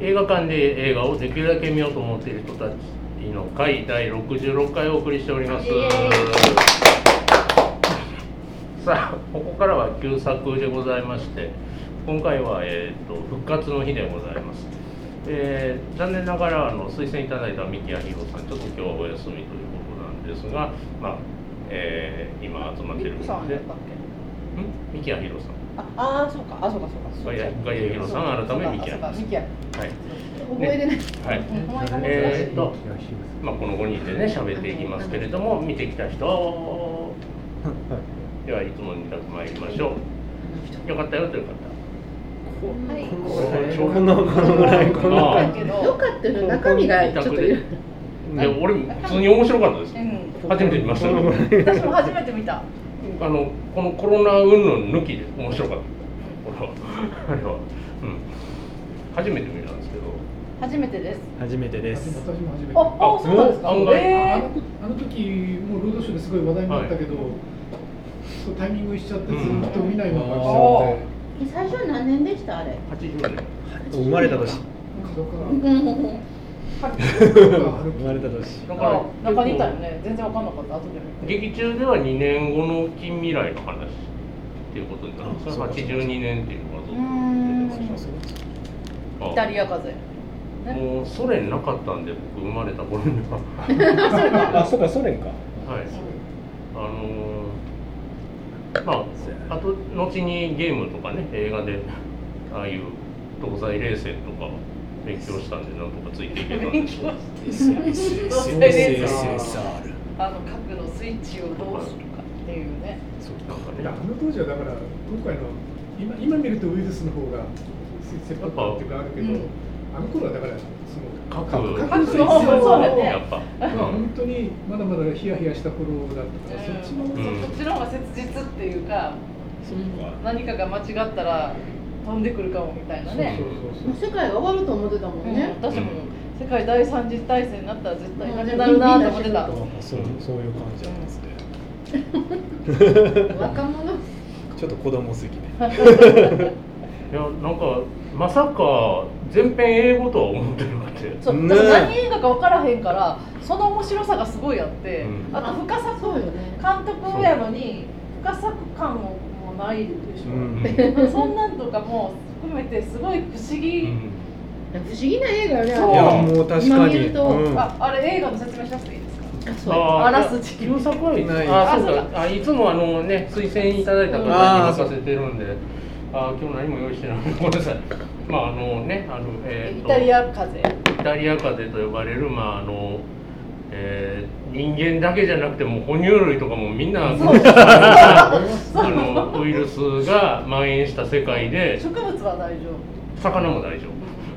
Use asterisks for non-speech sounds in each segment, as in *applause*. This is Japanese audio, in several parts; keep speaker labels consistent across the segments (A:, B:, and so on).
A: 映画館で映画をできるだけ見ようと思っている人たちの会第66回お送りしております
B: イエーイ
A: さあここからは旧作でございまして今回は、えー、と復活の日でございます、えー残念ながらあの推薦いただいた三木谷弘さんちょっと今日はお休みということなんですが、まあえー今集まって
B: ビ
A: る
B: ッグさんは
A: で
B: 誰
A: ん
B: だったっけ
A: 三木谷弘さん
B: ああーそうかあそうかそうかそう
A: ガイ
B: じゃ
A: ア
B: ん
A: ガイアヒロさん改めミキ
B: そ
A: ヤ
B: う
A: で
B: かそうか
A: す
B: ミキヤ
A: はい、
B: 覚えれない
A: はいえーっとまあ、この5人でね喋っていきますけれども見てきた
C: *laughs*
A: 人ではいつもに択参りましょうよかったよという方
B: はい
C: このこのぐらいこのぐらい
B: け
D: よ
B: ど
D: かったの中身がちょっといる。
A: で俺普通に面白かったです
B: うん
A: 初めて見ました
C: この *laughs* ぐらい
B: 私も初めて見た
A: あのこのコロナ云々抜きで面白かったこれはあれはうん初めて見たんですけど
B: 初めてです
C: 初めてです
E: 私も初めて
B: ああそうなんですか
A: 案外
E: あ
B: え
E: のあの時もうロードショーですごい話題になったけど、そうタイミングしちゃってずっと見ないまま来ちゃって
D: 最初は何年でしたあれ。
A: 80年
C: 生まれた年
E: 角か
D: うんうん
E: ら角から歩
C: 生まれた年
A: だか
B: あ
A: ら
B: 中にいたよね全然わかんなかった後で見て
A: 劇中では2年後の近未来の話っていうことになるんですか
C: あそうか
A: 82年っていうのが
B: う
A: ず
B: ー
A: っ
B: ん
A: と出てました
B: イタリア風ね
A: もうソ連なかったんで僕生まれた頃に
B: *laughs*
A: は
C: あそうかソ連か
A: はいあのーまああと後にゲームとかね映画で *laughs* ああいう東西冷戦とか勉強したんでなんとかついていけたん
B: 勉
A: で
B: 強
A: す
B: し
A: けど
B: て
E: SSSR
B: あの核のスイッチをどうするかっていうね
A: なん
E: いや
A: か
E: あ
A: ね
E: の当時はだから今回の今今見るとウイルスの方がせ切迫感っていうかあるけど、
B: うん
E: あの頃はだからその
A: 核
E: 核の方
B: 核の方もそうだね
A: やっぱ、
E: まあ
A: うん
E: 本当にまだまだヒヤヒヤした頃だったから、そっちの方が
B: そっちの方が切実っていうか
C: そう
B: 何かが間違ったら飛んでくるかもみたいな
E: そう
B: ね
E: そうそう
D: 世界が終わると思ってたもんね。
B: 私も世界第三次大戦になったら絶対いなくなるなと思ってた
C: そうそういう感じだったんですね
D: 若者。
C: ちょっと子供すぎね
A: いやなんかまさか全編英語とは思ってなく
B: *laughs*
A: て
B: そう
C: ね
B: だから何映画か分からへんからその面白さがすごいあって、
A: うん
B: あと深さ
D: そうよね。
B: 監督やのに深さ感ももないでし
C: う
B: ょ、
C: ん
B: そんなんとかも含めてすごい不思
A: う
B: 議、
A: ん
D: 不思議な映画よね。
C: い
B: そう
C: やもう確か
D: 今見
C: に
D: ると
C: うん
B: ああれ映画の説明しなくていいですか
D: あそう。
A: あ
B: あらすじ
A: 旧作はい
C: ない
A: あ
B: あ
A: そう
B: そう
A: かあいつもあのね推薦いただいた方に任せてるんであ今日何も用意してないごめんなさいまああのねあのえー
B: イ
A: と
B: タリア風邪
A: イタリア風邪と呼ばれるまああのえー人間だけじゃなくてもう哺乳類とかもみんな
B: そう
A: あのウイルスが蔓延した世界で
B: 植物は大丈
A: 魚も大丈夫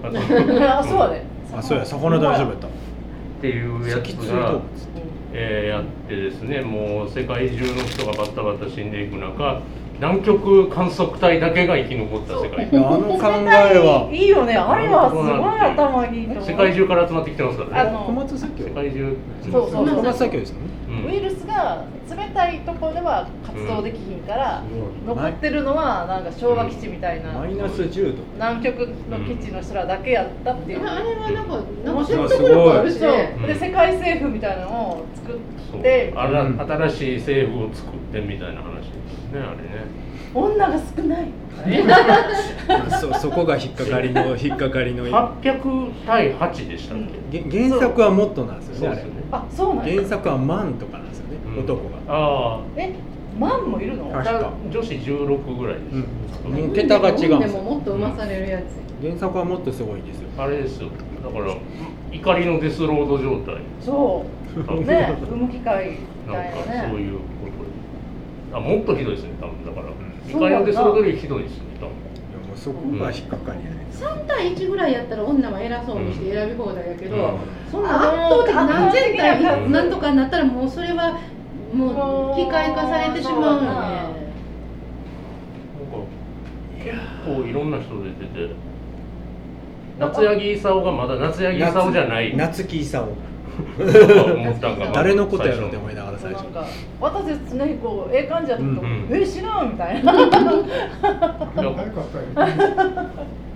A: あ
B: *laughs*
A: と
B: 夫あそうだね
C: あそうや魚大丈夫やった
A: っていうやつ
C: 脊椎動
A: が
C: 物、
A: えーやってですねもう世界中の人がバッタバタ死んでいく中南極観測隊だけが生き残った世界
C: いやあの考えはい
B: いよねあれはすごい頭にいいと思う
A: 世界中から集まってきてますか
B: あ
A: らね
B: の
C: 小松左京
A: 世界中
B: そうそうそう
C: 小松左京ですよね
A: うん
B: ウイルスが冷たいところでは活動できひんから、残ってるのはなんか昭和基地みたいな、
C: マイナス10度
B: 南極の基地の人らだけやったっていう、
D: あれはなんかなんか説得力あるし
B: そう
D: ね。
A: うん
B: で世界政府みたいなのを作
A: そう
B: って
A: あら
C: うん
A: 新しい政府を作ってみたいな話ですねあれね
B: 女が少ない
C: そそこが引っかかりの引っかかりの
A: 800対8でしたっけ、
C: げ原作はもっとなんです
A: そう
C: よ
A: です
C: ね
A: よね
B: あそうな
C: あ
B: ん
C: れ
B: や
C: 原作は万とかなんですよね、
A: うん
C: 男が
A: あ
B: えマンもいるの、
A: あ
C: 確か
A: 女子16ぐらいでした、
C: うんもう桁が違うん
D: で
C: です
D: も
C: よ
D: もっと生まされるやつ。
C: 原作はもっとすごいですよ
A: あれですよだから怒りのデスロード状態
B: そうね産む機会み
A: な
B: た
A: んか
B: いな
A: そう
B: ね
A: いうことあもっとひどいですね多分だから
B: そう
A: 怒
B: な
A: りの
B: んだ
A: デスロードよりひどいですね多分
C: いやもうそこが引っかかりやね、
D: 三対一ぐらいやったら女は偉そうにして選び放題やけど、
A: うん
D: そんな圧倒的何千対
A: うん
D: 何とかになったらもうそれはもう機械化されてしまうよね。
A: なんか結構いろんな人出てて夏八木功がまだ夏八木功じゃない
C: 夏木功
A: とか思ったんかな
C: *laughs* 誰のことやろうって思いながら
B: そうな
C: 最
B: ん
C: 初
B: か渡瀬恒彦ええ感じやったけど、
C: う
A: う
C: ん
A: ん
B: え知らんみたいな
E: *laughs* 誰かあったよね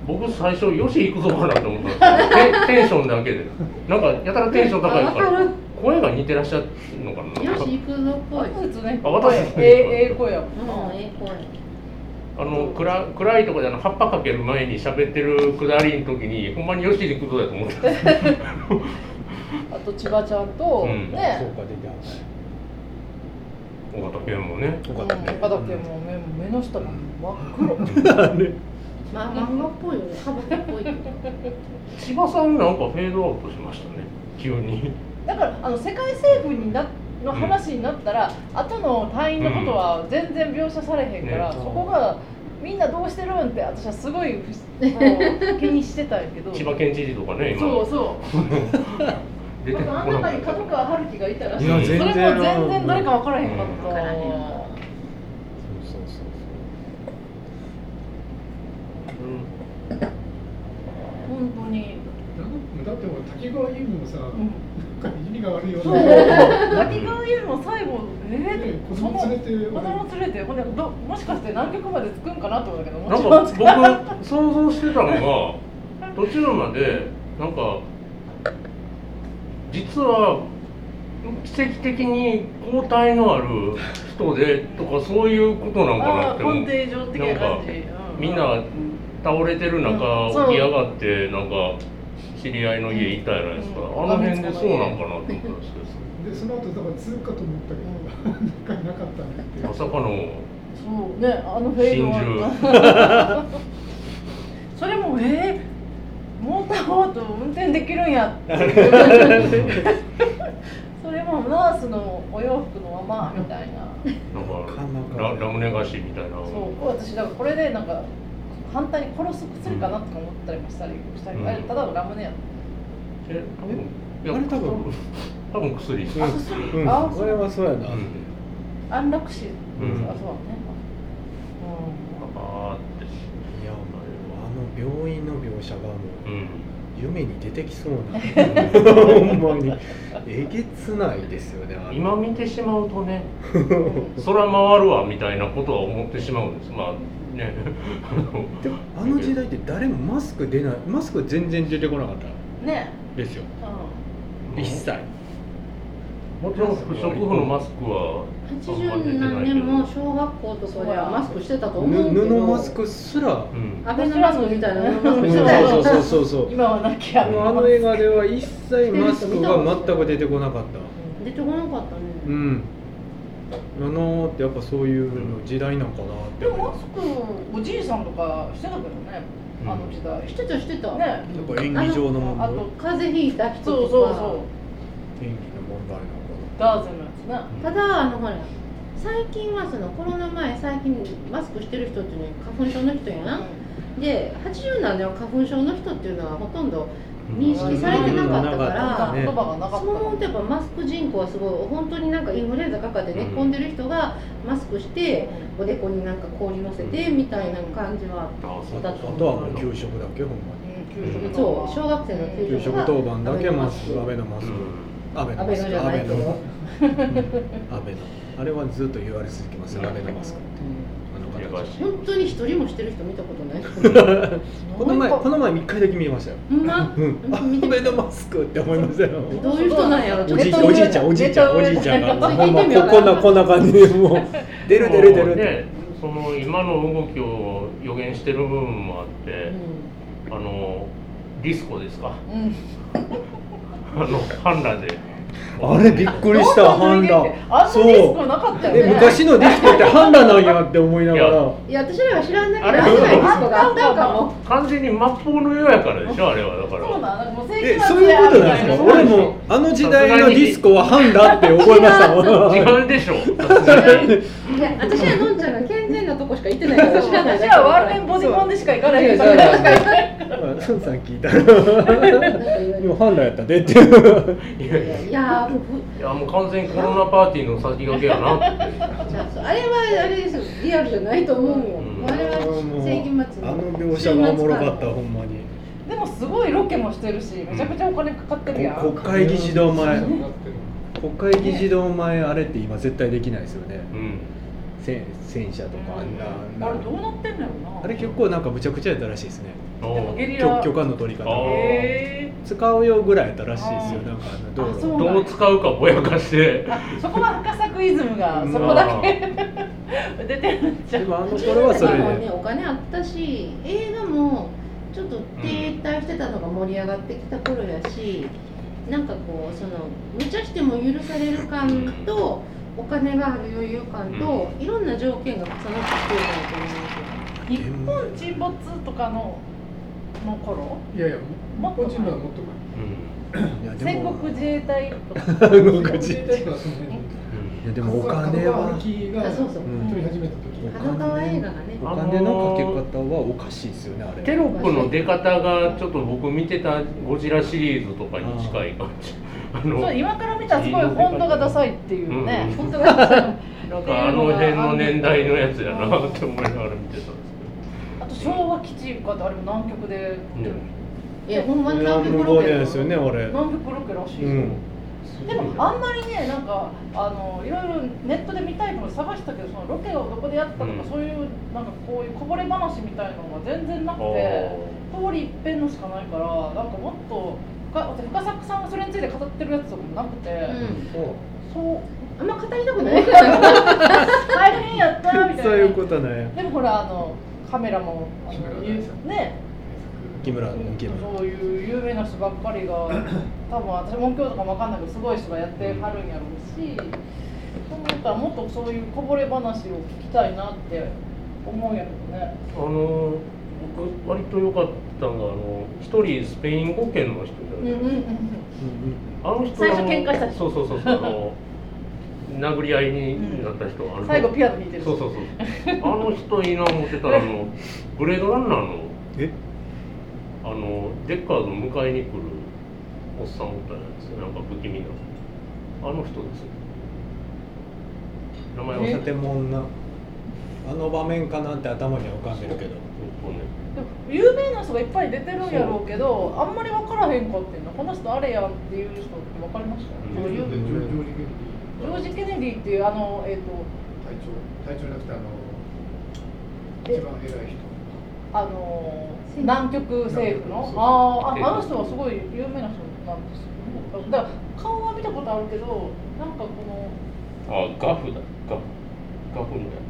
A: 僕最初よし行くぞかなと思ったんです
C: *laughs*
A: よテテンションだけでなんかやたらテンション高いか
D: あわからる
A: 声が似てらっしゃるのかな
D: よし行くぞっぽい。
B: 普通ね
A: あ私
B: ええええ声やもん
D: もうええ声。
A: あの暗暗いとこであの葉っぱかける前に喋ってるくだりの時にほんまによし行くぞやと思った
C: *laughs*
B: あと千葉ちゃんと、
A: うん
C: そう
B: ね
C: か出てはな
A: 尾形
C: い
A: 健もね
C: よかったね。
B: 岡田君も目目の下が真っ黒
D: まあ漫画っぽいよね。幅っぽいけど。
A: 千葉さんなんかフェードアウトしましたね急に
B: だからあの世界政府になの話になったら、後の隊員のことは全然描写されへんから、
A: ね
B: そこがみんなどうしてるんって私はすごい不あの気にしてたんやけど
A: 千葉県知事とかね今
B: そうそう
A: 出てこ
B: あ
A: な
B: の
A: かっ
B: 中に
A: た
B: 角川春樹がいたらしい
A: いや全
B: それ
C: 然
B: も全然誰か分からへんかっ
A: う
B: た、
A: ん
D: 分からへん
C: そうそうそう
A: うん
B: 本当に、
E: だってほら滝川優もさ、なんか意味が悪いよ
B: そう
E: ね。
B: 滝川優も最後え
E: ね
B: ー、
E: 子
B: その
E: 供連れて
B: 子供連れてほんでどもしかして南極まで着くんかなと思ったけども
A: なん
B: ちろん着かな
A: か僕想像してたのが途中までなんか実は奇跡的に抗体のある人でとかそういうことなんかな
B: あ
A: っ
B: ー
A: て
B: 根
A: 思う
B: 底上的な感じう
A: みんな倒れてる
B: うん
A: 中
B: そう
A: 起き上がってなんか知り合いの家行ったやないですか、
B: うん
A: あの辺でそうなんかなと思ったんですけど
E: でその後だから通過と思ったけど、なんかなかったねって。
A: まさかの
B: そうねあのフェードはそれもえー、モーターボート運転できるんやってそれもナースのお洋服のままみたいな
A: なんか
C: なか
A: ラ
C: なか
A: ラムネ菓子みたいな
B: そう私だからこれでなんか反対に殺す薬かなとか思ったりもしたりしたり、
A: うん
B: あれただのラムネやっ
A: え多分いや
C: あれ多分
A: 多分薬
C: そう。
B: あそう
C: うん
B: あ
C: それはそうやな。
B: た安楽死、
A: うん
B: あそうだね
A: あーって
C: いやもうあの病院の描写がもう
A: うん
C: 夢に出てきそうな *laughs* ほんまにえげつないですよねあの
A: 今見てしまうと
C: *laughs*
A: ね
B: うん
A: 空回るわみたいなことは思ってしまうんですまあね
C: でもあの時代って誰もマスク出ないマスク全然出てこなかった
B: うんね
C: ですよ
B: え、うん
C: *laughs* 一切
A: もちろん不織布のマスクは
D: 八十何年も小学校とかではマスクしてたと
C: ぬ
D: 思うけど。
C: 布マス。クすら
A: うん
D: アベノマスクみたいな布マス
C: う
D: ク
C: ん
D: して
C: そ
D: た
C: う
D: よ。
C: そうそうそう
B: 今はなきゃ、
C: あの映画では一切マスクが全く出てこなかった
D: 出てこなかったね。
C: うんあのーってやっぱそういうの時代なんかなって
B: でもマ
C: 思
B: スクおじいさんとかしてたけどね、あの時代
D: してたしてた。
B: ね
D: ね。
C: うやっぱ演技上の問
B: あ
C: 題
B: と
D: 風邪ひいた人と
B: そ
D: か。
B: うそうそ
C: 演技の問題なのかな
B: うダーゼのやつね
D: ただあのほら最近はそのコロナ前最近マスクしてる人っていうのは花粉症の人やなで80何年は花粉症の人っていうのはほとんど認識されてなかったか
C: うん
D: ら、
B: 言葉がなかっ
D: そう思うとやっぱマスク人口はすごい本当になんかインフルエンザかかって寝込んでる人がマスクしておでこになんか氷のせてみたいな感じは
A: あーそう
D: だ
A: か
D: っ
C: あとはもう給食だけほんま
B: た、
C: に
B: うん、
D: そう小学生の給
C: 給食当番だけマスクアベノマスクアベノ
D: ア
C: マ
D: ベ
C: ス
D: ノ
C: ク
D: じゃないけど、
C: うんアベノあれはずっと言われ続けますよアベノマスクあの
A: うん
C: 形
D: 本当に一人もしてる人見たこと
B: *laughs*
D: ない
C: この前この前一回だけ見ましたよ
D: ほんま
C: うんア
D: 見て
C: ベノマスクって思いましたよ
D: どういう人なんやろ
C: おじいちゃんおじいちゃんおじいちゃんおじいちゃんがほんまこんなこんな感じでもう出る出る出る
A: ねその今の動きを予言してる部分もあって、あのディスコですか *laughs*
B: うん、
A: あの半裸で
C: あれびっくりした反乱
B: あんなディスコなかったよ
C: で
B: ね
C: 昔のディスコって判断なんやって思いなが
A: い
C: ら
D: いや私らが知らんだけ
A: あれ
D: ど初めてマスクがあったんかも
A: 完全に末法の世やからでしょあれはだから
B: そうなんなんかもう
C: え
B: 世紀
C: そう
B: 末
C: い
B: や
C: うこと
B: み
C: な
B: たいな
C: んですか俺もあの時代のディスコは判断って覚えましたもん
A: 違うでしょさすがに
D: いや私はのんちゃんが健全なとこしか行ってないから知らない
B: 私はワールデンボディコンでしか行かれへんから
C: さん聞 *laughs* いたら
D: なんか言われ
C: 今判断やったでっていう
A: いやいや
D: ていやーもう
A: いやもう完全にコロナパーティーの先駆けやなって
D: じゃああれはあれですよリアルじゃないと思うよ、
A: うん
D: あれは世紀末
C: あの描写がおもろかったほんまに
B: でもすごいロケもしてるしめちゃくちゃお金かかってるやん
C: 国会議事堂前
E: そうなってる
C: 国会議事堂前あれって今絶対できないですよね
A: うん
C: 戦戦車とかあんな
B: あれどうなってんのよな
C: あれ結構なんかむちゃくちゃやったらしいですね
B: でもゲリ
C: 許
B: ラ
C: 許可の取り
A: あ
C: 方
A: ー
B: へ
C: 使うよぐらいやったらしいですよ
B: あー
C: なんかあの道
B: あ
C: 路
B: そう
C: の
A: どう使うかぼやかして
B: ー。あそこは深作イズムがそこだけ出てるんじゃ
C: で
B: ん
C: もあの頃はそれ
D: も
C: で
D: ねお金あったし映画もちょっと停滞してたのが盛り上がってきた頃やし、なんかこうその無茶しても許される感と、お金がある余裕感と、いろんな条件が重なってきてるなと思いますよ
B: 日本沈没とかのの頃
E: いやいや、
B: もっと
E: 個人はもっと前。
A: うん
C: いやで
B: 戦
C: も
B: 国自衛隊とか
C: 動く
E: 自衛隊とかその辺
C: いやでもお金
E: 角川
C: は
E: 春樹が
D: あそうそう
C: うん
E: 撮り始めた時
C: お金
D: 角川映画がね
C: お金のかけ方はおかしいですよねあれ
A: テロップの出方がちょっと僕見てたゴジラシリーズとかに近い感じ。あの
B: そう今から見たらすごいフォントがダサいっていうね、
A: うん
B: フォントがダサい
A: *laughs* なんかあの辺の年代のやつやなって思いながら見てたんです
B: あと昭和基地かってあれも南極で、
A: けど。
D: いやほんまに
C: いや
D: 南極
C: 無謀
D: ロ
C: じ
D: ケ
C: ゃな
D: ッ
C: いですよ
D: ト
C: ね俺
B: 南極ロケらしいです
C: う
B: よ、
C: ん
B: でもあんまりねなんかあのいろいろネットで見たいもの探したけどそのロケをどこでやったとか、
A: うん
B: そういうなんかこういうこぼれ話みたいのが全然なく
A: あ
B: て通り一遍のしかないからなんかもっと深深作さんがそれについて語ってるやつとかもなくて、そう
D: うん、あんま語りたくないから
B: 大変やったみたいな
C: そういうことね
B: でもほらあのカメラもあ
E: カメ
B: の
E: ラ
B: ゆ
E: 大作
B: ね
C: 木村の木村
B: そういう有名な人ばっかりが多分私音響とかもわかんないけどすごい人がやってはるんやろうしそう思ったらもっとそういうこぼれ話を聞きたいなって思うんやけどね
A: あの僕割と良かったのがあの一人スペイン語圏の人じゃないですか。あの人
B: 最初喧嘩した人
A: そうそうそうそうあの殴り合いになった人、あの
B: 最後ピアノ弾いてる
A: そうそうそうあの人いいな思ってたらあ
B: *laughs*
A: のブレードランナーの
C: え
A: あのデッカーズ迎えに来るおっさんおったじゃないですかなんか不気味なあの人ですよ名前忘れて
C: 建物なあの場面かなんて頭には浮かんでるけど
A: そうね
B: でも有名な人がいっぱい出てるんやろうけどあんまり分からへんかってんなこの人あれやんっていう人って分かりました
A: うん
B: そういう
E: ジ
B: ジ
E: ョージ・ケネデ
B: ョージ・ケネディっていうあのえっ、と
E: ィ隊長隊長じゃなくてあの
B: え
E: 一番偉い人
B: あの南極政府の
E: 南極
B: あ
A: そう
B: ーああの人はすごい有名な人なんですよねだから顔は見たことあるけどなんかこの
A: あガフだガフガフの役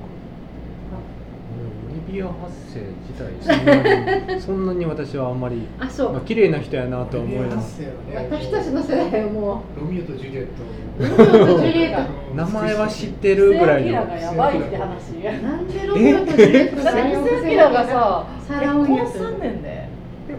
C: オリビア発生自体そんなにそんなに私はあんまり、
D: あそ
C: まあ
D: う
C: 綺麗な人やなとは思います
E: ロミオと
D: 私たちの世代はも
E: ロミオとジュリエッ
D: うロ
E: ト
D: ミオとジュリエッ
C: 名前は知って
B: セ
C: るぐら
B: ア
C: い
B: キラ
C: の
B: がやばいって話だって
D: トなんでロミオとジュリエットが
B: セアキラがさ
D: サ
B: 結
D: ラオニ
B: 婚
D: やつ
B: 3年で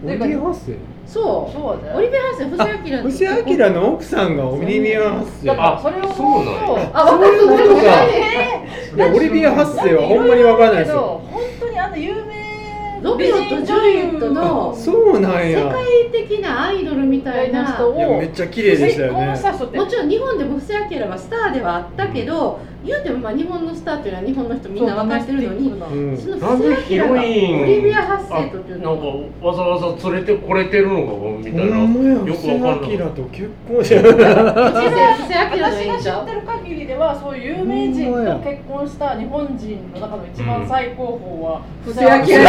C: オリビア発生
D: そ
B: そう
D: う
B: だ
D: オ
B: よ
D: リビア・ハンセン布施明の
C: 布施明の奥さんがオリビア発生
B: だか
C: い
B: らそれを
A: そうなんや
D: あ分かった
C: そういうことか
B: え
C: やオリビア発
B: ー
C: 生はほんまにわからないですよ
B: 本当にあの有名
D: ロミオとジュリエットの
C: そうなんや
D: 世界的なアイドルみたいな
B: 人
C: いや
B: を
C: めっちゃ綺麗でしたよ
B: 結婚した
C: ね
B: 人って
D: もちろん日本でも布施明はスターではあったけど言うてもまあ日本のスターっていうのは日本の人みんな分かってるのに
C: うん
D: その
A: なん
D: 布
A: で
D: 施
A: ヒ
D: 明がオ
A: ロイン
D: リビア・ハッセントっていう
A: なん
D: の
A: か
D: は
A: わざわざ連れてこれてるのかみたいな
C: ほんまや
A: よ
C: 布
A: くわかんな
C: 施
A: い
C: 明と結婚して *laughs* る
D: 布施明の
B: 私が
D: 演
B: 知っ
D: 者
B: てる限りではそういう有名人と結婚した日本人の中の一番最高峰は布施
C: 布施
B: 明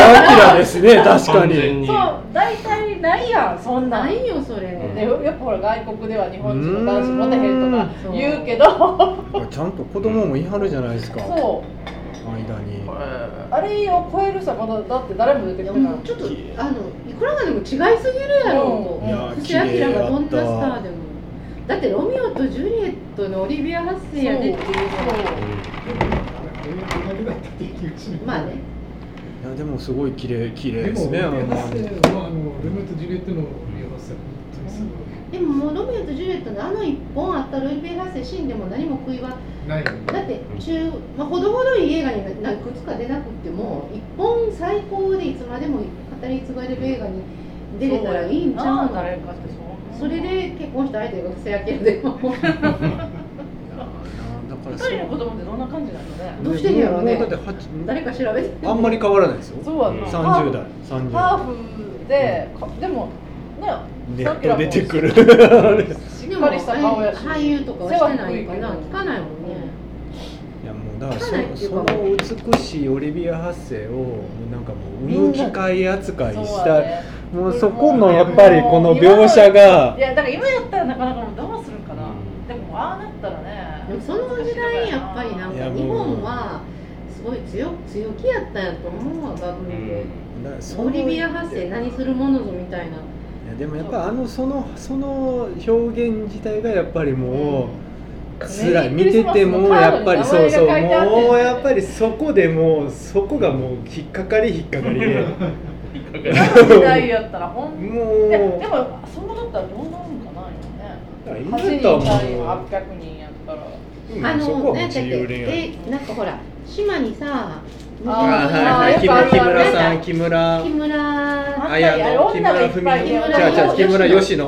C: 明ですね確か
A: 完全
C: に
A: に
B: そう大体ないやんそんな
D: なんいよそれ
B: でよくほら外国では日本人の男子モテへんとか
D: うん
B: 言うけど
C: ちゃんと子供も言い張るじゃないですか間
B: そ
C: に
B: うあれを超える人はまだだって誰も出て
D: いや
B: こない
D: もうちょっとあのいくらかでも違いすぎるやろ
B: うん
C: いや
D: と
C: ー
D: 布施明がどんなス
C: 綺
D: タ
C: 麗やった
D: ーでもだってロミオとジュリエットのオリビア・ハッセンやでっていうのは
E: ロミオとだけだったっていううちに
D: まあね
C: いやでもすごい綺麗綺麗
E: で
C: で
E: も
C: す
E: ロ
C: ね
E: ミ
C: あ
E: オ
C: の
E: ハッセンはあのロミオとジュリエットのロミオハッセンは本当にすごい
D: でももうロミオとジュリエットのあの一本あったロリベラセ死んでも何も食いは
E: ない
D: だって中、まあ、ほどほどいい映画にないくつか出なくっても一本最高でいつまでも語り継がれる映画に出れたらいいんちゃう
B: そう
D: の
B: 誰かってそう
D: それで結婚した相手が布施明でも
C: だから
B: 一
C: そう
B: 人の子供ってどんな感じなのね
D: どうしてんやろね
C: もうだって八
D: 誰か調べて
C: あんまり変わらないですよ
B: そうやな
C: 三十代三十
B: ハ
C: 代
B: ーフでかでもね
C: ネット出てくる
B: しっかりした顔やし
D: 俳優とかはしてないのかな聞かないもんね
C: いやもうだから
D: 汚いってい
C: そうそ
D: か
C: の美しいオリビア発生をなんかもう
D: み
C: 産む
D: んな
C: 機械扱いし
B: そうや
C: た
B: ね
C: もうそこのやっぱりこの描写が
B: いやだから今やったらなかなかどうするかな、
C: うん
B: でもああなったらね
D: でもその時代やっぱりなん
C: いや
D: か
C: もう
D: 日本はすごい強強気やったんやと思うわバブルで、
C: だからその
D: オリビア発生何するものぞみたいない
C: やでもやっぱあのそのその表現自体がやっぱりもう辛い見ててもやっぱりそうそうもうやっぱりそこでもうそこがもう引っかかり引っかかりで
A: 引っ掛
B: 今
A: け
B: の時代やったらほんで
C: も
B: でもそうだったらどうなるんかなよね
C: いや
B: 8
C: いい
B: 人
C: と思う
B: 対800人やったら
C: う、うん
D: あ
C: そこ
D: の
C: はもう
D: 何だっ
C: 自
D: け
C: 由恋愛
D: でなんかほら島にさ
C: あ
B: あー
C: はいはい木
B: よくある
C: 村木
B: よね
C: 村さん木村
D: 木村
B: あんたや
C: 綾野木
B: 女が
C: 村
B: いっぱい
C: 文
B: い
C: 乃
B: る
C: じゃあじゃあ木村佳乃
D: 吉野